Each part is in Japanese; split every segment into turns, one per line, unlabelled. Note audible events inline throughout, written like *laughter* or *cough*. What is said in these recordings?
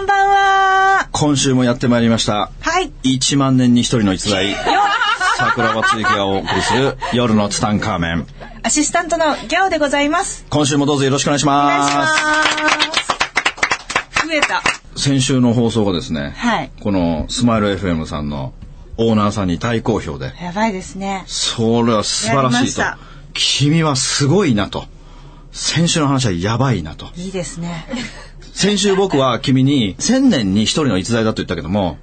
んばんは。
今週もやってまいりました。
はい。
1万年に一人の
*laughs*
逸材。桜庭つゆきがお送りする夜のツタンカーメン。
アシスタントのギャオでございます。
今週もどうぞよろしくお願いし
お願
ま
い
す。
します。増えた。
先週の放送がですね、
はい
このスマイル FM さんのオーナーさんに大好評で、
やばいですね。
それは素晴ら
やりま
しい
し
と
た。
君はすごいなと。先週の話はやばいなと。
いいですね。
先週僕は君に1000年に一人の逸材だと言ったけども、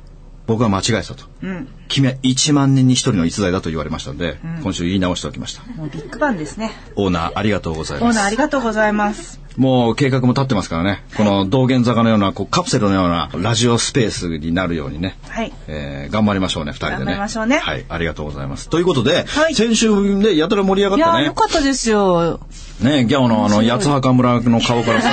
僕は間違えてたと。
うん。
君は1万年に一人の逸材だと言われましたので、今週言い直しておきました。
もうビッグバンですね。
オーナーありがとうござい
オー
ま
ナーあ
す。
りがとうございます。
もう計画も立ってますからね、この道玄坂のようなこうカプセルのようなラジオスペースになるようにね、
はい。
えー頑張りましょうね、二人でね。
頑張りましょうね
はい、ありがとうございます。ということで、
はい
先週でやたら盛り上
い
が
や
った
ー、
ね
よ。かったですよ。
ね、ギャオのあの、八つ墓村の顔からさ、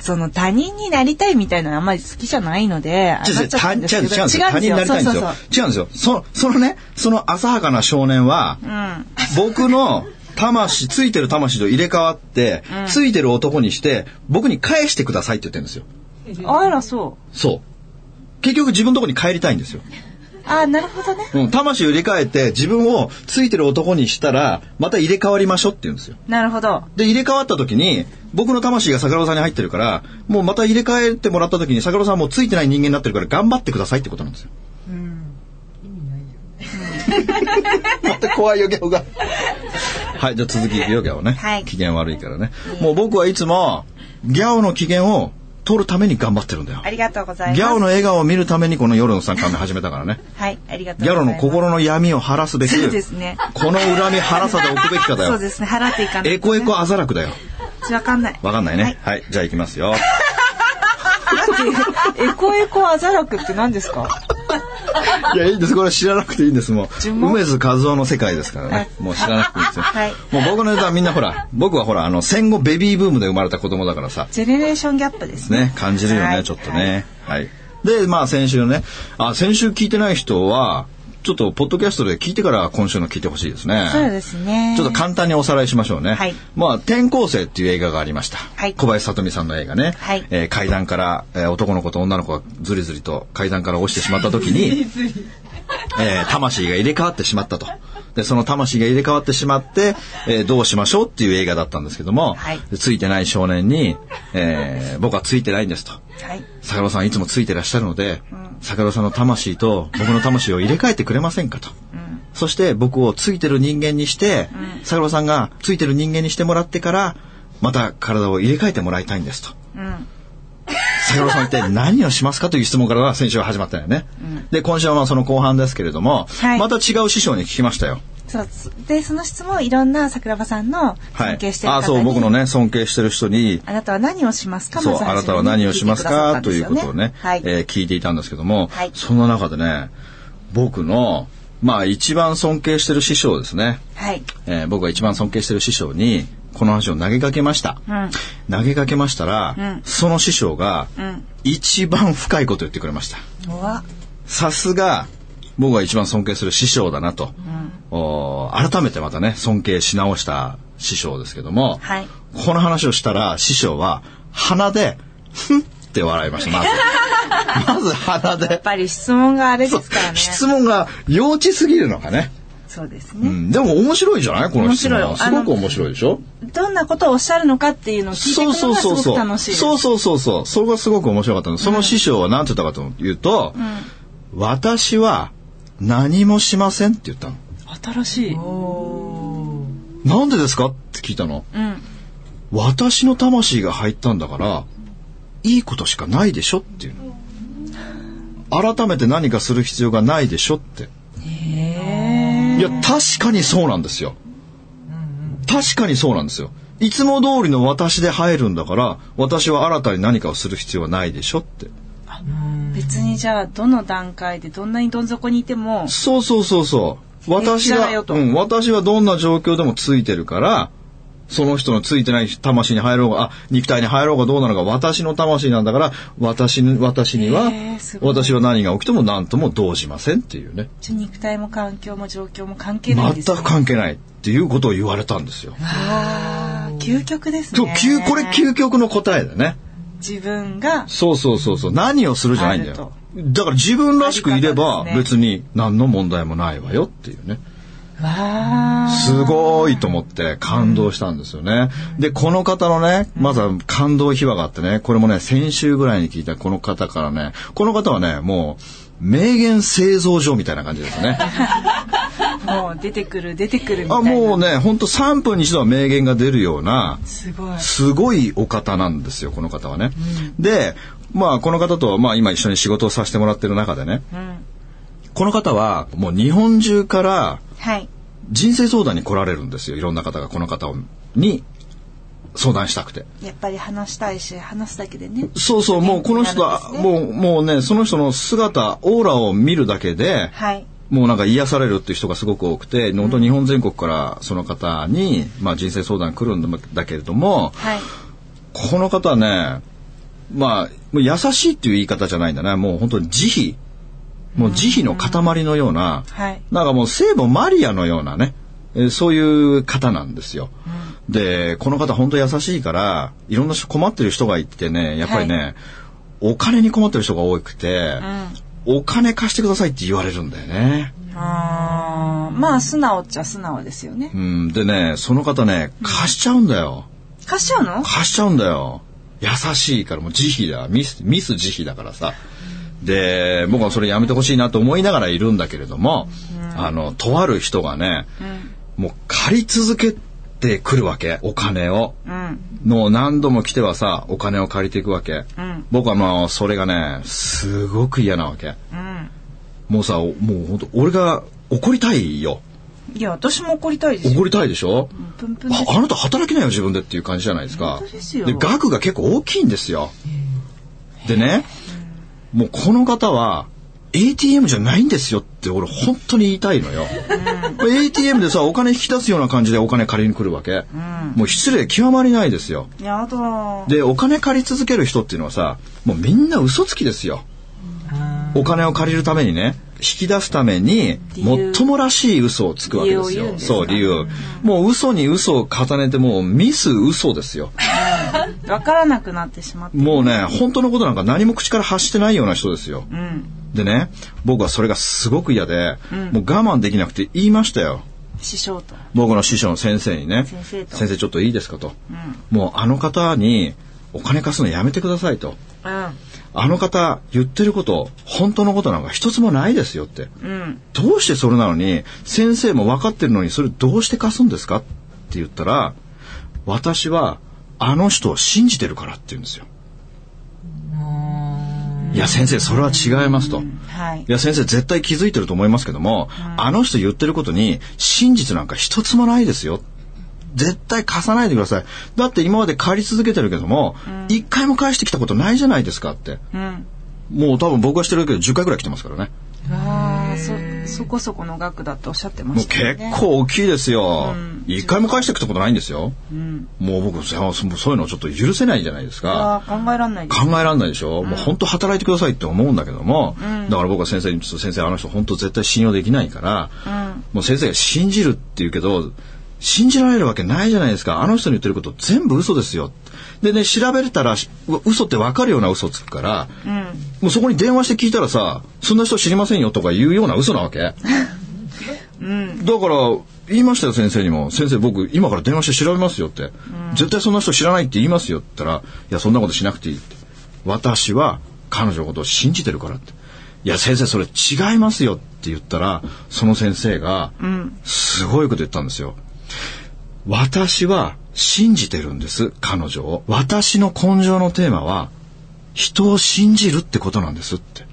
その他人になりたいみたいなのあんまり好きじゃないので、
違うん
あ
ですよ、た違うんですよ
けど
違うんですよ他人になりたいんですよ
そうそうそ。
違うんですよ。そそのね、その浅はかな少年は、
う。うん。
僕の魂、ついてる魂と入れ替わって、ついてる男にして、僕に返してくださいって言ってるんですよ。
あら、そ
そう。結局自分のとこに帰りたいんですよ。
う。あーなるほどね。
うん、魂を入れ替えて自分をついてる男にしたら、また入れ替わりましょうって言うんですよ。
なるほど。
で、入れ替わった時に、僕の魂が桜庭さんに入ってるから、もうまた入れ替えてもらった時に桜庭さんはもうついてない人間になってるから頑張ってくださいってことなんですよ。
*laughs*
うん。意味ないよ。また怖いよ、ギャオが。はい、じゃあ続きいくよ、ギャオね。
はい
機嫌悪いからね。もう僕はいつも、ギャオの機嫌を取るために頑張ってるんだよ
あ。りがとうございます。
ギャオの笑顔を見るためにこの夜の3回目始めたからね。
はい、ありがとう
ギ
ご
ャ
ざい
オ
ます。
の心の闇を晴らすべく、
そうですね
この恨み腹さで置くべきかだ
そ
よ
う。ですね、払っていかないと、ね。
エコエコあざらくだよ。
わかんない。
わかんないね。
は
はいい、じゃあ行きま
*laughs*
すよ。
だってエコエコアザラクって何ですか
いや、いいんです。これ知らなくていいんです。もう、
呪文
梅津和夫の世界ですから
はい
ね。もう知らなくていいです
*laughs*
よ。
はい
もう僕の歌はみんなほら、僕はほら、あの、戦後ベビーブームで生まれた子供だからさ、
ジェネレーションギャップですね。
ね、感じるよね、
はい
ちょっとね。はい。で、まあ先週ね、あ、先週聞いてない人は、ちょっと、ポッドキャストで聞いてから今週の聞いてほしいですね。
そうですね。
ちょっと簡単におさらいしましょうね。
はい
まあ、転校生っていう映画がありました。
はい
小林聡美さんの映画ね。
はい
えー階段から、えー男の子と女の子がずりずりと階段から落ちてしまった時に、 *laughs* えー魂が入れ替わってしまったと。で、その魂が入れ替わってしまって、えーどうしましょうっていう映画だったんですけども、
はい
ついてない少年に、えー僕はついてないんですと。
はい。
坂野さんいつもついてらっしゃるので、坂野さんの魂と僕の魂を入れ替えてくれませんかと。そして僕をついてる人間にして、坂野さんがついてる人間にしてもらってから、また体を入れ替えてもらいたいんですと。
うん。
坂野さん
*laughs*
って何をしますかという質問からは先週は始まったよね。で、今週はまあその後半ですけれども、
はい
また違う師匠に聞きましたよ。
そうでその質問をいろんな桜庭さんの
は
尊
い
敬し。てる方に、
あ、そう、僕のね、尊敬してる人に、
あなたは何をしますか
そう、
まず
あ
初め
な
に
たは何をしますか、
聞て
と
くだ
い
さっ
う
たん
こ
です
と
よ
をね、
はい、
えー聞いていたんですけども、
はい
その中でね、僕の、まあ一番尊敬してる師匠ですね、
はい、
えー僕が一番尊敬してる師匠に、この話を投げかけました。
うん
投げかけましたら、
うん
その師匠が、
うん
一番深いこと言ってくれました。
うわ
さすが、僕が一番尊敬する師匠だなと、おー改めてまたね、尊敬し直した師匠ですけども、
はい
この話をしたら、師匠は、鼻で、ふんって笑いました、ま
*laughs*
ず。まず鼻
やっ
で。
ぱり質問があれですからね
質問が幼稚すぎるのかね。
そうです
う
ね、
ん、でも面白いじゃないこの質問
面白
は。
い
す
あの
ごく面白いでしょ
どんなことをおっしゃるのかっていうのを聞いてく
そ
る
うそ
のがす
うそう
ご
そ
く
う。
楽しいです
そうそうそうそう。それがすごく面白かったの。その師匠は何て言ったかというと、私は何もしませんって言ったの。
新しい。
なんでですかって聞いたの。
うん
私の魂が入ったんだから、いいことしかないでしょっていうの。改めて何かする必要がないでしょって。いや、確かにそうなんですよ。確かにそうなんですよ。いつも通りの私で入るんだから、私は新たに何かをする必要はないでしょって。
別にじゃあどの段階でどんなにどん底にいても
そうそうそうそう。私
平気じゃ
が
ないよ、と
うん、私はどんな状況でもついてるから、その人のついてない魂に入ろうが、あ、肉体に入ろうがどうなのか、私の魂なんだから、私に、私には
へーす、ごい
私は何が起きても何とも動じませんっていうね。
じゃあ肉体も環境も状況も関係ないんで
全
す、ね、
く関係ないっていうことを言われたんですよ。
あー究極です
そう
ね
究これ究極の答えだね。
自分が
そうそうそうそう。何をするじゃないんだ
ある
よ。だから自分らしくいれば
あり方で
別
す
に何の問題もないわよっていうね。
わー
すごいと思って感動したんですよね。で、この方のね、まずは感動秘話があってね、これもね、先週ぐらいに聞いたこの方からね、この方はね、もう、名言製造所みたいな感じです
*laughs*
ね。
もう出てくる出てくるみた
あ
いな
もうね、ほんと3分に一度は名言が出るような、
すごい
すごいお方なんですよ、この方はね。で、まあ、この方とは、まあ、今一緒に仕事をさせてもらってる中でね、
うん
この方は、もう日本中から、
はい
人生相談に来られるんですよ。いろんな方がこの方をに相談したくて。
やっぱり話したいし話すだけでね
そうそう、もうこの人は、
元気にな
もう、もうね、その人の姿、オーラを見るだけで、
はい
もうなんか癒されるっていう人がすごく多くて、本当日本全国からその方に、まあ人生相談来るんだけれども、
はい
この方ね、まあ、もう優しいっていう言い方じゃないんだね。もう本当に慈悲、もう慈悲の塊のような、
はい
なんかもう聖母マリアのようなね、えーそういう方なんですよ。で、この方本当優しいから、いろんな人困ってる人がいてね、やっぱりね、
は
お金に困ってる人が多くて
う、ん
お金貸してくださいって言われるんだよね。
あーまあ素直っちゃ素直ですよね
うん、でね、その方ね、貸しちゃうんだよ。
貸しちゃうの
貸しちゃうんだよ。優しいから、もう慈悲だ。ミス、ミス慈悲だからさ。で、僕はそれやめてほしいなと思いながらいるんだけれども、あの、とある人がね、もう借り続けてくるわけ、お金を。
うん
の何度も来てはさ、お金を借りていくわけ。
うん
僕はもう、それがね、すごく嫌なわけ。
うん
もうさ、もう本当俺が怒りたいよ。
いや私も怒りたいですよ
怒りたいでしょ、
プンプンです
ああなた働きなよ自分でっていう感じじゃないですか
本当ですよ
額が結構大きいんですよでねもうこの方は ATM じゃないんですよって俺本当に言いたいのよ ATM でさお金引き出すような感じでお金借りに来るわけ、もう失礼極まりないですよ
やだー
でお金借り続ける人っていうのはさもうみんな嘘つきですよお金を借りるためにね引き出すために
理由
最もらしい嘘をつくわけです
理由を言う
よ
んですか
そう理由もう嘘に嘘を重ねてもうミス嘘ですよ
わからなくなってしまって
もうね本当のことなんか何も口から発してないような人ですよ
うん
でね僕はそれがすごく嫌で、もう我慢できなくて言いましたよ
師匠と
僕の師匠の先生にね
先生と
先生ちょっといいですかと
うん
もうあの方にお金貸すのやめてくださいとあの方言ってること本当のことなんか一つもないですよって
うんうん
どうしてそれなのに先生も分かってるのにそれどうして貸すんですかって言ったら私はあの人を信じてるからって言うんですよ。いや先生それは違いますと。
はい
いや先生絶対気づいてると思いますけども、あの人言ってることに真実なんか一つもないですよ。絶対貸さないでください。だって今まで借り続けてるけども、一、回も返してきたことないじゃないですかって。
うん
もう多分僕はしてるけど10回ぐらい来てますからね。
あーそそこそこの額だっておっしゃってま
もう
したよ
結
ね
構大きいですよ
ん。
一、回も返してきたことないんですよ。
うん
もう僕そうそういうのちょっと許せないじゃないですか。
あー考えられないです
考えられないでしょ、もう本当働いてくださいって思うんだけども、だから僕は先生にちょっと先生あの人本当絶対信用できないから、
うん
もう先生が信じるって言うけど、信じられるわけないじゃないですか。あの人に言ってること全部嘘ですよ。でね、調べれたら、しうわ嘘ってわかるような嘘をつくから、
うん
もうそこに電話して聞いたらさ、そんな人知りませんよとか言うような嘘なわけ。だから、言いましたよ先生にも、先生僕今から電話して調べますよって、絶対そんな人知らないって言いますよって言ったら、いやそんなことしなくていいって。私は彼女のことを信じてるからって。いや先生それ違いますよって言ったら、その先生が、すごいこと言ったんですよ。私は信じてるんです、彼女を。私の根性のテーマは、人を信じるってことなんですって。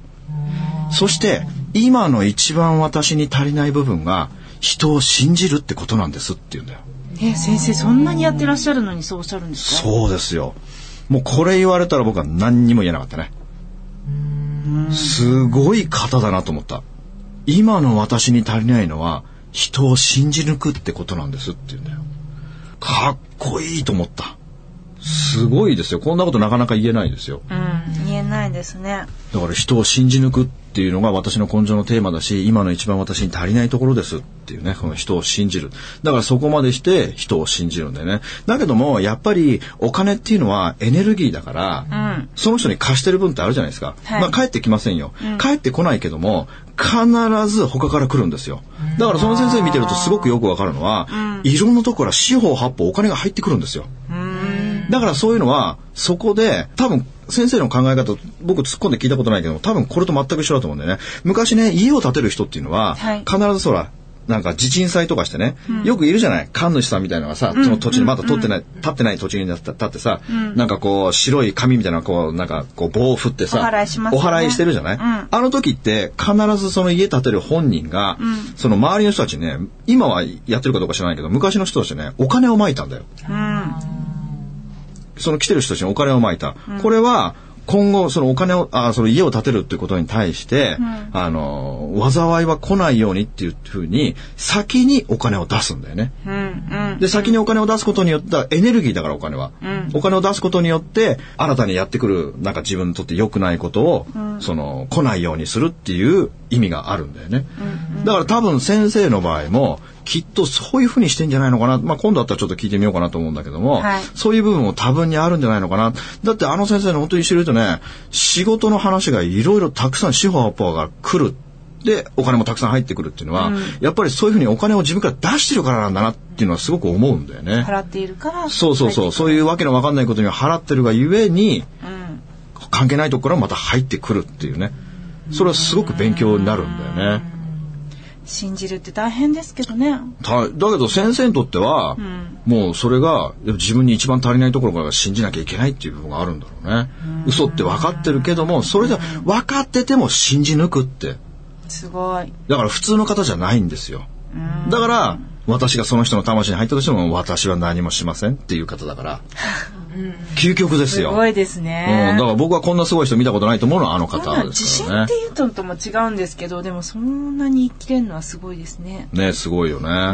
そして、今の一番私に足りない部分が、人を信じるってことなんですって言うんだよ。
え先生そんなにやってらっしゃるのにそうおっしゃるんですか
そうですよ。もうこれ言われたら僕は何にも言えなかったね。
う
すごい方だなと思った。今の私に足りないのは、人を信じ抜くってことなんですって言うんだよ。かっこいいと思った。すごいですよ。こんなことなかなか言えないですよ。
うん、言えないですね。
だから人を信じ抜くっていうのが私の根性のテーマだし、今の一番私に足りないところですっていうね、この人を信じる。だからそこまでして人を信じるんだよね。だけども、やっぱりお金っていうのはエネルギーだから、
うん。
その人に貸してる分ってあるじゃないですか。
はい
まあ帰ってきませんよ、帰ってこないけども、必ず他から来るんですよ。だからその先生見てるとすごくよくわかるのは、いろんなとこから四方八方お金が入ってくるんですよ。だからそういうのは、そこで、多分、先生の考え方、僕突っ込んで聞いたことないけども、多分これと全く一緒だと思うんだよね。昔ね、家を建てる人っていうのは、
はい
必ずそら、なんか地震災とかしてね、よくいるじゃない神主さんみたいなのがさ、その土地にまだ取ってない、立ってない土地に立ってさ、なんかこう、白い紙みたいな、こう、なんかこう、棒を振ってさ、
お祓いしますよね
お祓いしてるじゃない、
ん
あの時って、必ずその家建てる本人が、その周りの人たちにね、今はやってるかどうか知らないけど、昔の人たちね、お金をまいたんだよ。
うん。
その来てる人たちにお金をまいた。これは、今後、そのお金を、あその家を建てるっていうことに対して、あの、災いは来ないようにっていうふうに、先にお金を出すんだよね。
うん。うん。
で、先にお金を出すことによって、だからエネルギーだからお金は。お金を出すことによって、新たにやってくる、なんか自分にとって良くないことを、その、来ないようにするっていう意味があるんだよね。だから多分先生の場合も、きっとそういうふうにしてんじゃないのかな。まあ、今度あったらちょっと聞いてみようかなと思うんだけども、
はい
そういう部分も多分にあるんじゃないのかな。だってあの先生の本当に知るとね、仕事の話がいろいろたくさん四方八方が来る。で、お金もたくさん入ってくるっていうのは、やっぱりそういうふうにお金を自分から出してるからなんだなっていうのはすごく思うんだよね。
払っているから。
そうそうそう。そういうわけのわかんないことには払ってるがゆえに、
うん。
関係ないところからまた入ってくるっていうね。それはすごく勉強になるんだよね。
信じるって大変ですけどね。
ただけど先生にとっては、
ん
もうそれが自分に一番足りないところから信じなきゃいけないっていう部分があるんだろうね。嘘って分かってるけども、それじゃ分かってても信じ抜くって。
すごい。
だから普通の方じゃないんですよ。
うん。
だから、私がその人の魂に入ったとしても、私は何もしませんっていう方だから。究極です
す
よ。
ごいです
うん、
ね
だ。から僕はこんなすごい人見たことないと思うのはあの
た
方
だ
で
自
す
信
から
って
ね。
いうのとも違うんですけど、でもそんなに生きれるのはすごいですね。
ね、すごいよ
う
ね。
ん。
う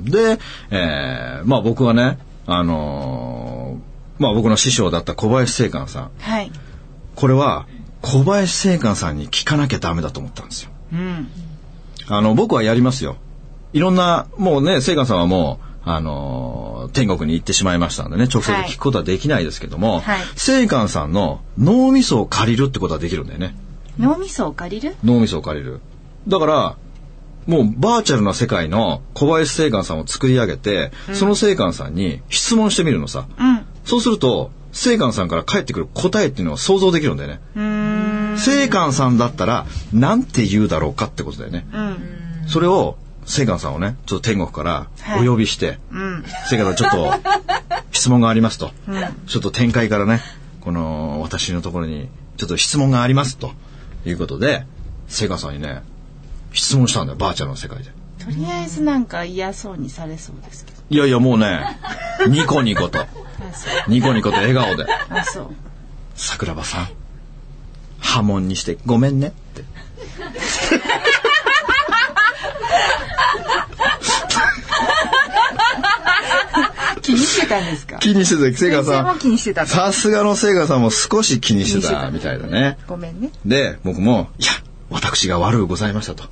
んで、えーまあ僕はね、あのーまあ僕の師匠だった小林聖寛さん。
はい。
これは小林聖寛さんに聞かなきゃダメだと思ったんですよ。
うん。
あの、僕はやりますよ。いろんな、もうね、聖寛さんはもう、あのー天国に行ってしまいましたんでね、直接聞くことはできないですけども、
はい
聖寛さんの脳みそを借りるってことはできるんだよね。
脳みそを借りる
脳みそを借りる。だから、もうバーチャルな世界の小林聖寛さんを作り上げて、その聖寛さんに質問してみるのさ。
うん。
そうすると、聖寛さんから返ってくる答えっていうのを想像できるんだよね。
うーん。
聖寛さんだったら、なんて言うだろうかってことだよね。
うん。
それを、聖寛さんをね、ちょっと天国からお呼びして、
うん。
聖寛さんちょっと質問がありますと。ちょっと展開からね、この私のところに、ちょっと質問がありますということで、聖寛さんにね、質問したんだよ、バーチャルの世界で。
とりあえずなんか嫌そうにされそうですけど。
いやいや、もう *laughs* ね、ニコニコと、
あ、そう。
ニコニコと笑顔で、
あ、そう。
桜庭さん、波紋にしてごめんねって。
気にしてたんですか
気にしてた、聖
先
寛
生
さ
も
ん
気。にしてたと。
さすがの聖寛さんも少し気にしてたみたいだね。
ごめんね。
で、僕も、いや、私が悪うございま
*laughs*
したと。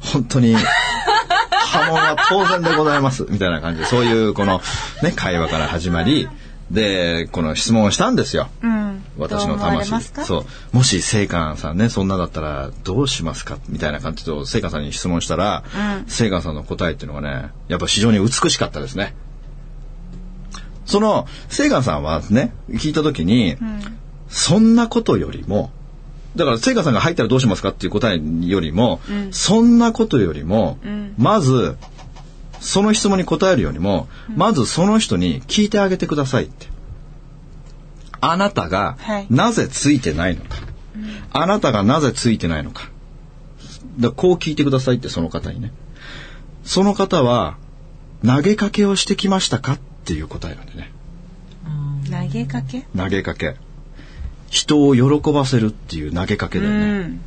本当に、波紋は当然でございます。みたいな感じで、そういう、この、ね、会話から始まり、で、この質問をしたんですよ。
うん。
私の
どう思われ
魂
ますか
そうもし聖寛さんねそんなだったらどうしますかみたいな感じで聖寛さんに質問したら、聖寛さんの答えっていうのがねやっぱ非常に美しかったですねその聖寛さんはね聞いた時に、そんなことよりもだから聖寛さんが入ったらどうしますかっていう答えよりも、そんなことよりも、まずその質問に答えるよりも、まずその人に聞いてあげてくださいってあなたが
はい
なぜついてないのか、あなたがなぜついてないのかだこう聞いてくださいってその方にねその方は投げかけをしてきましたかっていう答えなんでね
投げかけ
投げかけ人を喜ばせるっていう投げかけだよね。
ん。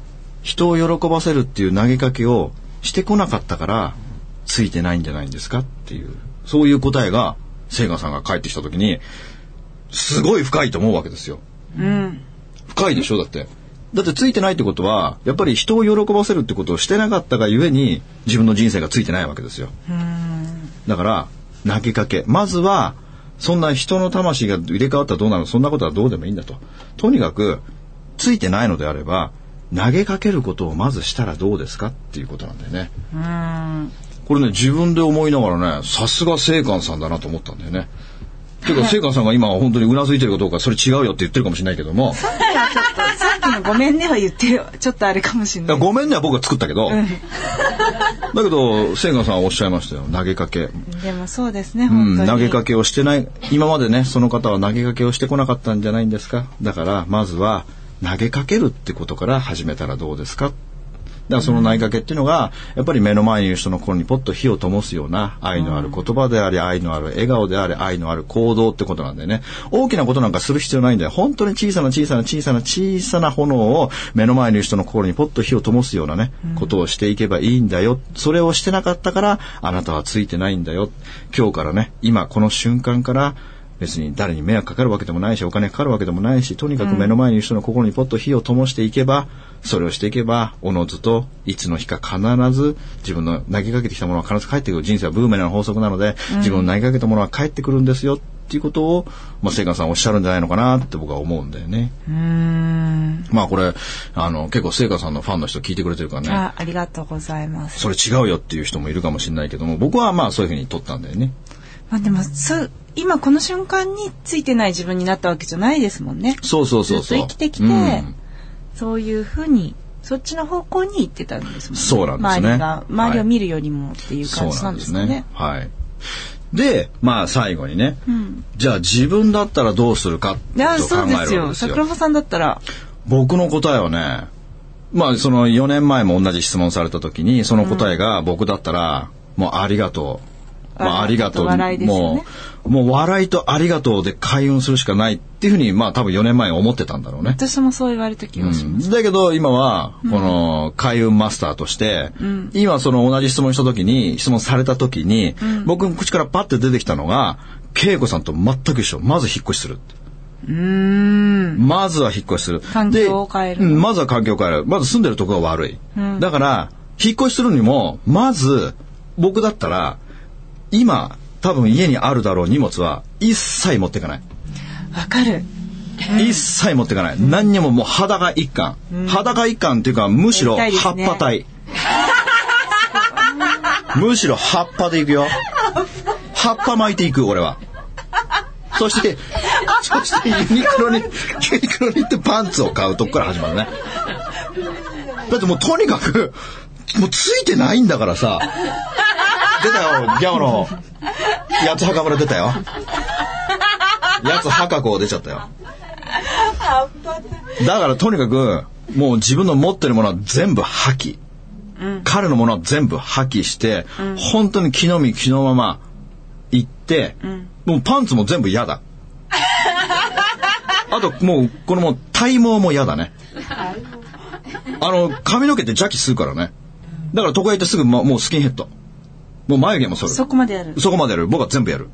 人を喜ばせるっていう投げかけをしてこなかったからついてないんじゃないんですかっていうそういう答えがセイガさんが帰ってきた時にすごい深いと思うわけですよ
うん。
深いでしょだってだってついてないってことはやっぱり人を喜ばせるってことをしてなかったがゆえに自分の人生がついてないわけですよだから投げかけまずはそんな人の魂が入れ替わったらどうなるそんなことはどうでもいいんだととにかくついてないのであれば投げかけることをまずしたらどうですかっていうことなんだよね
うん。
これね自分で思いながらねさすが聖寛さんだなと思ったんだよねていうか聖寛さんが今本当にうなずいてるかどうかそれ違うよって言ってるかもしれないけども
さっきはちょっと、さっきのごめんねは言ってる。ちょっとあれかもしれ
だ
な
から
い。
ごめんねは僕が作ったけど、だけど千賀さんはおっしゃいましたよ投げかけ、
でもそうですね、
う
本当
ん、
に。
投げかけをしてない今までねその方は投げかけをしてこなかったんじゃないんですかだからまずは投げかけるってことから始めたらどうですかだからその投げかけっていうのがやっぱり目の前にいる人の心にポッと火を灯すような愛のある言葉であり愛のある笑顔であり愛のある行動ってことなんだよね大きなことなんかする必要ないんだよ本当に小さな小さな小さな小さな炎を目の前にいる人の心にポッと火を灯すようなねことをしていけばいいんだよそれをしてなかったからあなたはついてないんだよ今日からね今この瞬間から別に誰に迷惑かかるわけでもないしお金かかるわけでもないしとにかく目の前にいる人の心にポッと火を灯していけば、それをしていけばおのずといつの日か必ず自分の投げかけてきたものは必ず返ってくる人生はブーメランの法則なので、自分の投げかけたものは返ってくるんですよっていうことを、まあ、聖寛さんおっしゃるんじゃないのかなって僕は思うんだよね。
うん。
まあこれあの結構聖寛さんのファンの人聞いてくれてるからね
あ、ありがとうございます。
それ違うよっていう人もいるかもしれないけども僕はまあそういうふうに取ったんだよね。
まあでも、そう、今この瞬間についてない自分になったわけじゃないですもんね。
そうそうそうそう。
ずっと生きてきて
うん
そういうふうに、そっちの方向に行ってたんですもんね。
そうなんですね
周りが、周り
は
を
い
見るよりもっていう
そう
感じなんですね。
はい。で、まあ最後にね、
ん
じゃあ自分だったらどうするか
い
と考えるわ
や、
けです
そうですよ。
よ。
桜庭さんだったら、
僕の答えはね、まあその4年前も同じ質問された時に、その答えが僕だったら、もうありがとう。まああ
あ
り
り
が
が
と
と
う。
う笑いですよね
もう、もう笑いとありがとうで開運するしかないっていうふうに、まあ多分4年前思ってたんだろうね。
私もそう言われた気がします。
だけど今はこの開運マスターとして、今その同じ質問した時に質問された時に、僕の口からパッて出てきたのが恵子さんと全く一緒まず引っ越しするって
うーん。
まずは引っ越しする
環境を変える
でうんまずは環境を変えるまず住んでるとこが悪い、だから引っ越しするにもまず僕だったら今多分家にあるだろう荷物は一切持っていかない
わかる。
*laughs* 一切持っていかない。何にももう裸一貫。裸一貫っていうか、むしろ
やり
葉
たい
っ
ですね
ぱ
*laughs*
体。むしろ葉っぱでいくよ。葉っぱ巻いていく、俺は。そして、そしてユニク
*laughs*
ロに、ユニクロに行ってパンツを買うとこから始まるね。だってもうとにかく、もうついてないんだからさ。出たよ、ギャオの、八つ墓村出たよ。八つ墓子出ちゃったよ。だからとにかく、もう自分の持ってるものは全部破棄。彼のものは全部破棄して、本当に気の身気のまま行って、もうパンツも全部嫌だ。あともう、このもう体毛も嫌だね。あの、髪の毛って邪気するからね。だから床屋行ってすぐ、ま、もうスキンヘッド。もう眉毛も剃る。
そこまでやる。
そこまでやる。僕は全部やる。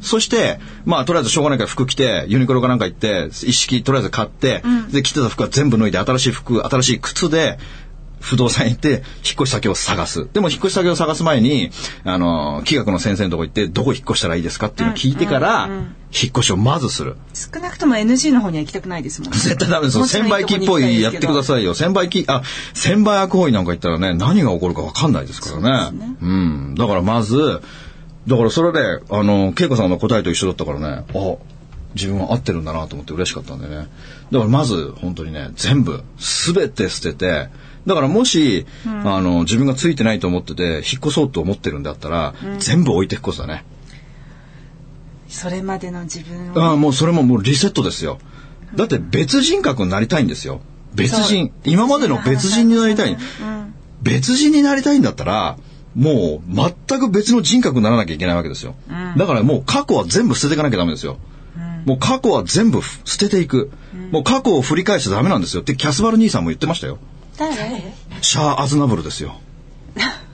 そして、まあ、とりあえずしょうがないから服着て、ユニクロかなんか行って、一式とりあえず買って、で、着てた服は全部脱いで、新しい服、新しい靴で、不動産行って、引っ越し先を探す。でも、引っ越し先を探す前に、あの、企画の先生のとこ行って、どこ引っ越したらいいですかっていうのを聞いてから、引っ越しをまずする。
少なくとも NG の方には行きたくないですもん。
絶対ダメですよ。
もちろ
千
ん
倍機っぽいやってくだ
い
さいよ。千倍機、あ、千倍悪行為なんか言ったらね、何が起こるかわかんないですからね。うん。だからまず、だからそれで、あの、恵子さんの答えと一緒だったからね、あ、自分は合ってるんだなと思って嬉しかったんでね。だからまず、本当にね、全部、すべて捨てて、だからもし、あの、自分がついてないと思ってて、引っ越そうと思ってるんだったら、全部置いていくことだね。
行きたくないですけどそれまでの自分を。
ああ、もうそれももうリセットですよ。だって別人格になりたいんですよ。別人。今までの別人になりたい。別人になりたいんだったら、もう全く別の人格にならなきゃいけないわけですよ。だからもう過去は全部捨てていかなきゃダメですよ。もう過去は全部捨てていく。もう過去を振り返しちゃダメなんですよってキャスバル兄さんも言ってましたよ。
誰
シャア・アズナブルです
*laughs*
よ。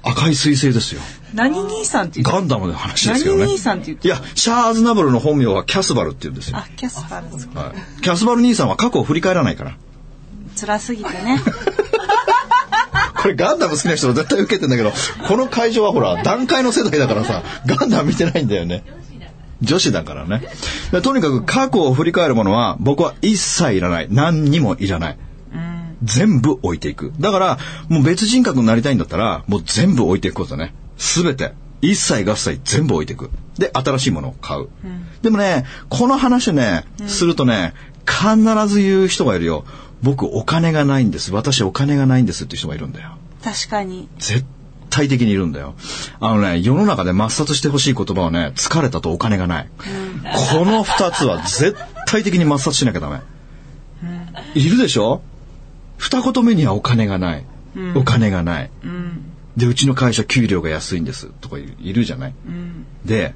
赤い彗星ですよ。
何兄さんって言う
ガンダムの話ですけどね。
何兄さんって言う
いや、シャア・アズナブルの本名はキャスバルって言うんですよ。
あ、キャスパーですか。
はい、キャスバル兄さんは過去を振り返らないから。
辛すぎてね。
これガンダム好きな人は絶対受けてんだけど、この会場はほら、段階の世代だからさ、ガンダム見てないんだよね。女子だからね。でとにかく過去を振り返るものは僕は一切いらない。何にもいらない。全部置いていく。だから、もう別人格になりたいんだったら、もう全部置いていくことだね。すべて。一切合切全部置いていく。で、新しいものを買う。でもね、この話ね、するとね、必ず言う人がいるよ。僕お金がないんです。私お金がないんですって人がいるんだよ。
確かに。
絶対的にいるんだよ。あのね、世の中で抹殺してほしい言葉はね、疲れたとお金がない。この二つは絶対的に抹殺しなきゃダメ。いるでしょ二言目にはお金がない。お金がない。で、うちの会社給料が安いんですとかいいるじゃない。で、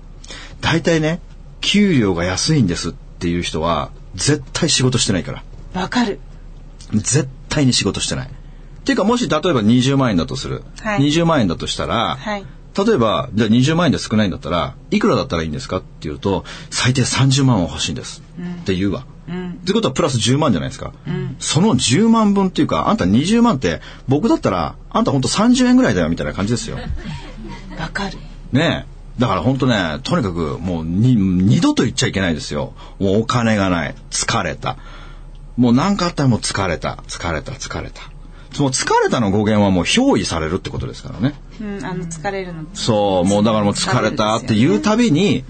大体ね、給料が安いんですっていう人は、絶対仕事してないから。
わかる。
絶対に仕事してない。っていうか、もし例えば20万円だとする。
はい
20万円だとしたら、
はい
例えば、じゃあ20万円で少ないんだったら、いくらだったらいいんですかっていうと、最低30万は欲しいんです。って言うわ。ってことはプラス10万じゃないですか。その10万分っていうか、あんた20万って、僕だったら、あんたほんと30円ぐらいだよみたいな感じですよ。
わかる。
ねえ。だから本当ね、とにかくもうに二度と言っちゃいけないですよ。もうお金がない。疲れた。もう何かあったらもう疲れた。疲れた、疲れた。もう疲れたの語源はもう憑依されるってことですからね。
うん、あの、疲れるの。
そう、もうだからもう疲れたって言うたびに、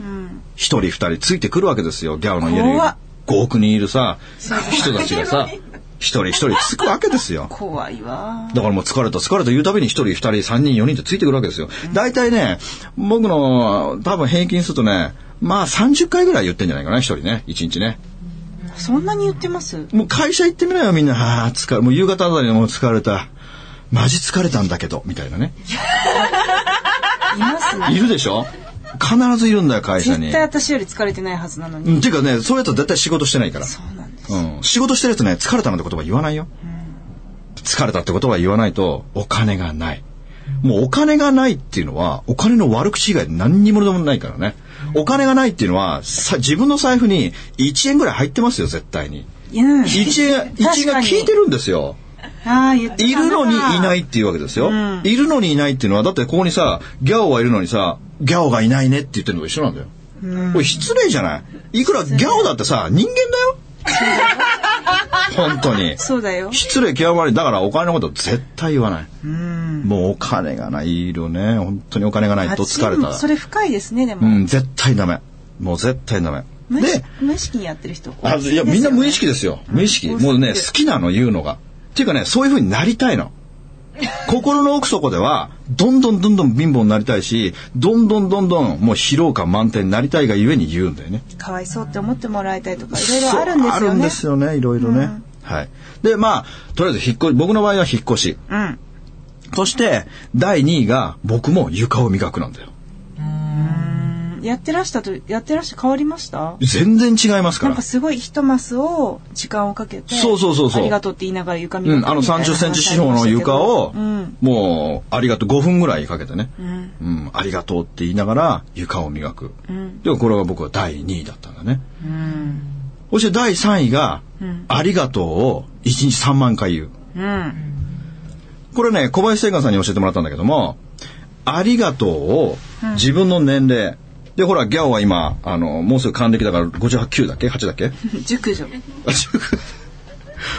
一人二人ついてくるわけですよ。ギャオの家に
怖っ
5億人いるさ、人たちが *laughs* さ、一人一人つくわけですよ。
怖いわ。
だからもう疲れた疲れた言うたびに一人二人三人四人ってついてくるわけですよ。大体ね、僕の多分平均するとね、まあ30回ぐらい言ってんじゃないかな、一人ね、一日ね。
そんなに言ってます
もう会社行ってみなよ、みんな。あー疲れ、もう夕方あたりでもう疲れた。マジ疲れたんだけど、みたいなね。
いますね。
いるでしょ必ずいるんだよ、会社に。
絶対私より疲れてないはずなのに。
うん、ていうかね、そういうやつは絶対仕事してないから。
そうなんです。
うん。仕事してるやつね、疲れたなんて言葉言わないよ。疲れたって言葉言わないと、お金がない。もうお金がないっていうのは、お金の悪口以外何にもでもないからね。お金がないっていうのは、さ自分の財布に1円ぐらい入ってますよ、絶対に。
うん。
1円、1円が効いてるんですよ。
ああ、言ってたない
るのにいないっていうわけですよ。
うん
いるのにいないっていうのは、だってここにさ、ギャオはいるのにさ、ギャオがいないねって言ってるのと一緒なんだよ。これ失礼じゃないいくらギャオだってさ、人間
*laughs*
だよ。本当に。
そうだよ。
失礼極まり、だからお金のこと絶対言わない。
うん。
もうお金がないよね。本当にお金がないと疲れ
あでもそ
た。
れ深いですね、で
う
も。
ん、絶対ダメ。もう絶対ダメ。
無意
で、
無意識にやってる人多
あ
ですよね。
いや、みんな無意識ですよ。無意識。もうね、好きなの言うのが。っていうかね、そういう風になりたいの。心の奥底では、どんどんどんどん貧乏になりたいし、どんどんどんどんもう疲労感満点になりたいがゆえに言うんだよね。
かわいそうって思ってもらいたいとか、いろいろあるんです
そうあ
よ
るん
ね
で。すよね、いろいろね。はい。で、まあ、とりあえず引っ越し、僕の場合は引っ越し。
うん。
そして、第2位が、僕も床を磨くなんだよ。
やってらしたと、やってらして変わりました
全然違いますか
なん
ら
か。すごい一マスを時間をかけて。
そうそうそうそう
ありがとうって言いながら床見
うん、あの30センチ四方の床を、
うん。
もう、ありがとう、5分ぐらいかけてね。
うん。
うん、ありがとうって言いながら床を磨く。
うん。
でもこれが僕は第2位だったんだね。
うん。
そして第3位が、
うん
ありがとうを1日3万回言う。
うん。
これね、小林正観さんに教えてもらったんだけども、ありがとうを自分の年齢。で、ほら、ギャオは今、あの、もうすぐ還暦だから58、9だっけ ?8 だっけ *laughs*
熟女。
あ19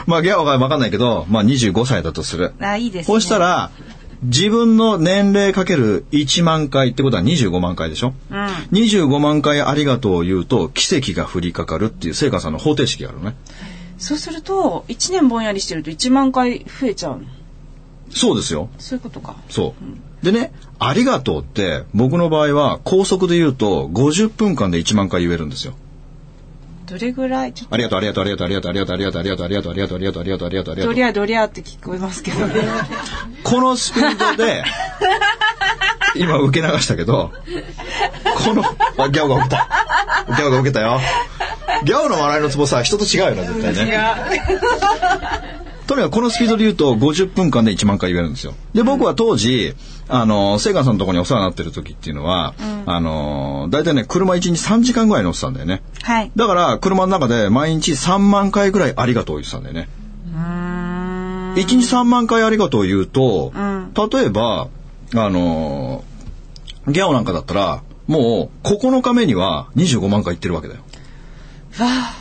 まあ、ギャオがわかんないけど、まあ25歳だとする。
あ、いいですね。
こうした、ら、自分の年齢かける1万回ってことは25万回でしょ
うん。
25万回ありがとうを言うと奇跡が降りかかるっていう聖火さんの方程式があるのね。
そうすると、一年ぼんやりしてると1万回増えちゃうの。
そうですよ。
そういうことか。
そう。でね、ありがとうって僕の場合は高速で言うと50分間で1万回言えるんですよ。
どれぐらいちょっ
ありがとうありがとうありがとうありがとうありがとうありがとうありがとうありがとうありがとうありがとうありがとうありがとうありが
と、ど
とう
りゃどりゃって聞こえますけど。
このスピード *laughs* で、今受け流したけど、この、あ、ギャオが受けた。ギャオが受けたよ。ギャオの笑いのツボさ、人と違うよな、絶対ね。とにかくこのスピードで言うと50分間で1万回言えるんですよ。で、僕は当時、あの、セガさんのところにお世話になってる時っていうのは、あの、大体ね、車1日3時間ぐらい乗ってたんだよね。
*laughs* はい。
だから、車の中で毎日3万回ぐらいありがとうを言ってたんだよね。1日3万回ありがとうを言うと、
ん
例えば、あの、ギャオなんかだったら、もう9日目には25万回言ってるわけだよ。
わあ、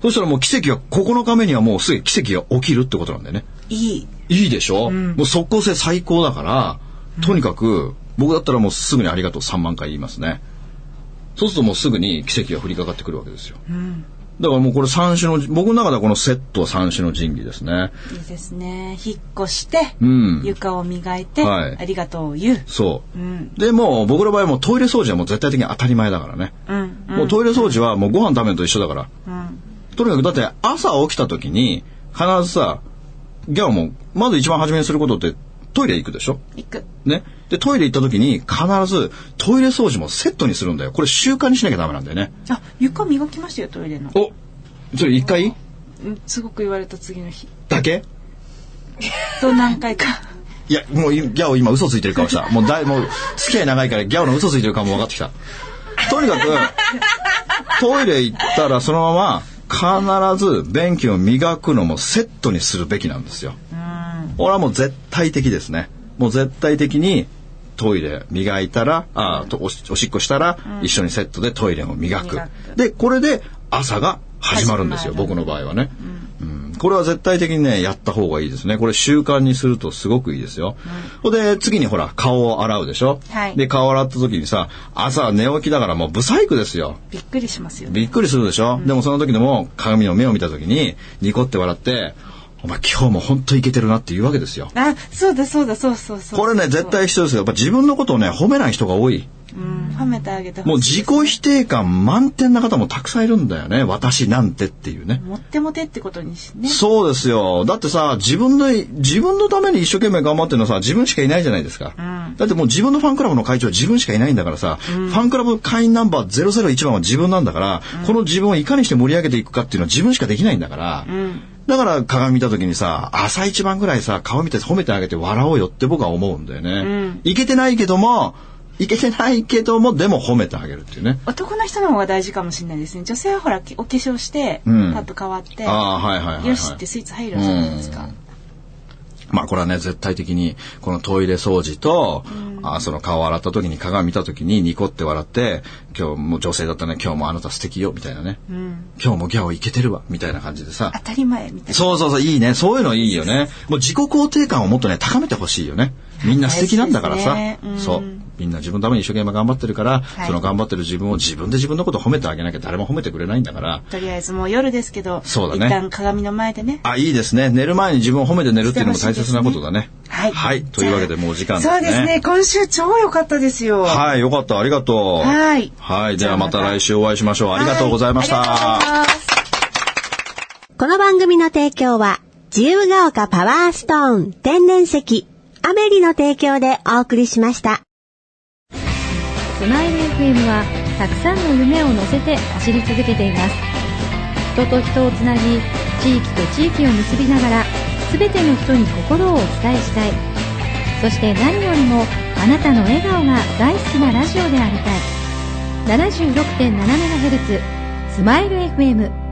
そしたらもう奇跡が、9日目にはもうすぐ奇跡が起きるってことなんだよね。
いい。
いいでしょ、もう即効性最高だから、とにかく、僕だったらもうすぐにありがとう3万回言いますね。そうするともうすぐに奇跡が降りかかってくるわけですよ。だからもうこれ三種の、僕の中ではこのセットは三種の神器ですね。
いいですね。引っ越して、
うん
床を磨いて、
はい
ありがとうを言う。
そう。
うん。
で、もう僕の場合はもうトイレ掃除はもう絶対的に当たり前だからね。
うん。
もうトイレ掃除はもうご飯食べるのと一緒だから。
うん。
とにかくだって朝起きた時に必ずさ、ギャオもまず一番初めにすることってトイレ行くでしょ
行く。
ね。で、トイレ行った時に必ずトイレ掃除もセットにするんだよ。これ習慣にしなきゃダメなんだよね。
あ、床磨きましたよ、トイレの。
おそれ一回
うんすごく言われた次の日。
だけ
と何回か。
いや、もうギャオ今嘘ついてる顔した。もうだい、もう付き合い長いからギャオの嘘ついてる顔も分かってきた。とにかく、トイレ行ったらそのまま必ず便器を磨くのもセットにするべきなんですよ。
うん。
俺はもう絶対的ですね。もう絶対的にトイレ磨いたら、あーとおしおしっこしたら、一緒にセットでトイレを磨く。
磨く
で、これで朝が始まるんですよ、
始ま
僕の場合はね、うんこれは絶対的にね、やった方がいいですね。これ習慣にするとすごくいいですよ。ほんで、次にほら、顔を洗うでしょ、
はい
で、顔を洗った時にさ、朝寝起きだからもうブサイクですよ。
*laughs* びっくりしますよね。
びっくりするでしょ、でもその時でも鏡の目を見た時に、ニコって笑って、お前今日も本当イケてるなって言うわけですよ。
あ、そうだそうだそうそうそう。
これね、絶対必要ですよ。やっぱ自分のことをね、褒めない人が多い。
うん、褒めてあげて
もう
ほしい
自己否定感満点な方もたくさんいるんだよね。私なんてっていうね。
持ってもてってことにしね。
そうですよ。だってさ、自分の、自分のために一生懸命頑張ってるのはさ、自分しかいないじゃないですか。だってもう自分のファンクラブの会長は自分しかいないんだからさ、ファンクラブ会員ナンバー001番は自分なんだから、この自分をいかにして盛り上げていくかっていうのは自分しかできないんだから、だから鏡見た時にさ、朝一番ぐらいさ、顔見て褒めてあげて笑おうよって僕は思うんだよね。いけてないけども、いけてないけども、でも褒めてあげるっていうね。
男の人の方が大事かもしれないですね。女性はほら、きお化粧して、
うん
パッと変わって、
ああ、はいはいはい、はい。
よしってスイーツ入るじゃないですか。
まあこれはね、絶対的に、このトイレ掃除と、あその顔を洗った時に鏡見た時にニコって笑って、今日も女性だったね、今日もあなた素敵よ、みたいなね。今日もギャオいけてるわ、みたいな感じでさ
当。たり前みたいな。
そうそうそう、いいね。そういうのいいよね。もう自己肯定感をもっとね、高めてほしいよね。みんな素敵なんだからさ。
大事ですねうん
そう。みんな自分のために一生懸命頑張ってるから、
い
その頑張ってる自分を自分で自分のこと褒めてあげなきゃ誰も褒めてくれないんだから。
とりあえずもう夜ですけど、
そうだね
一旦鏡の前でね。
あ、いいですね。寝る前に自分を褒めて寝るっていうのも大切なことだね。
はい。
というわけでもうお時間です
そ
ね。
うですね。今週超良かったですよ。
はい、よかった。ありがとう。
はい
はい、で
じゃ
は
あ
ま
ま
た
た
来週お会いしましょう。ありがとうございました。
はありがとうございます。
この番組の提供は、自由が丘パワーストーン天然石、アメリの提供でお送りしました。
スマイル FM はたくさんの夢を乗せて走り続けています人と人をつなぎ地域と地域を結びながら全ての人に心をお伝えしたいそして何よりもあなたの笑顔が大好きなラジオでありたい 76.7MHz スマイル FM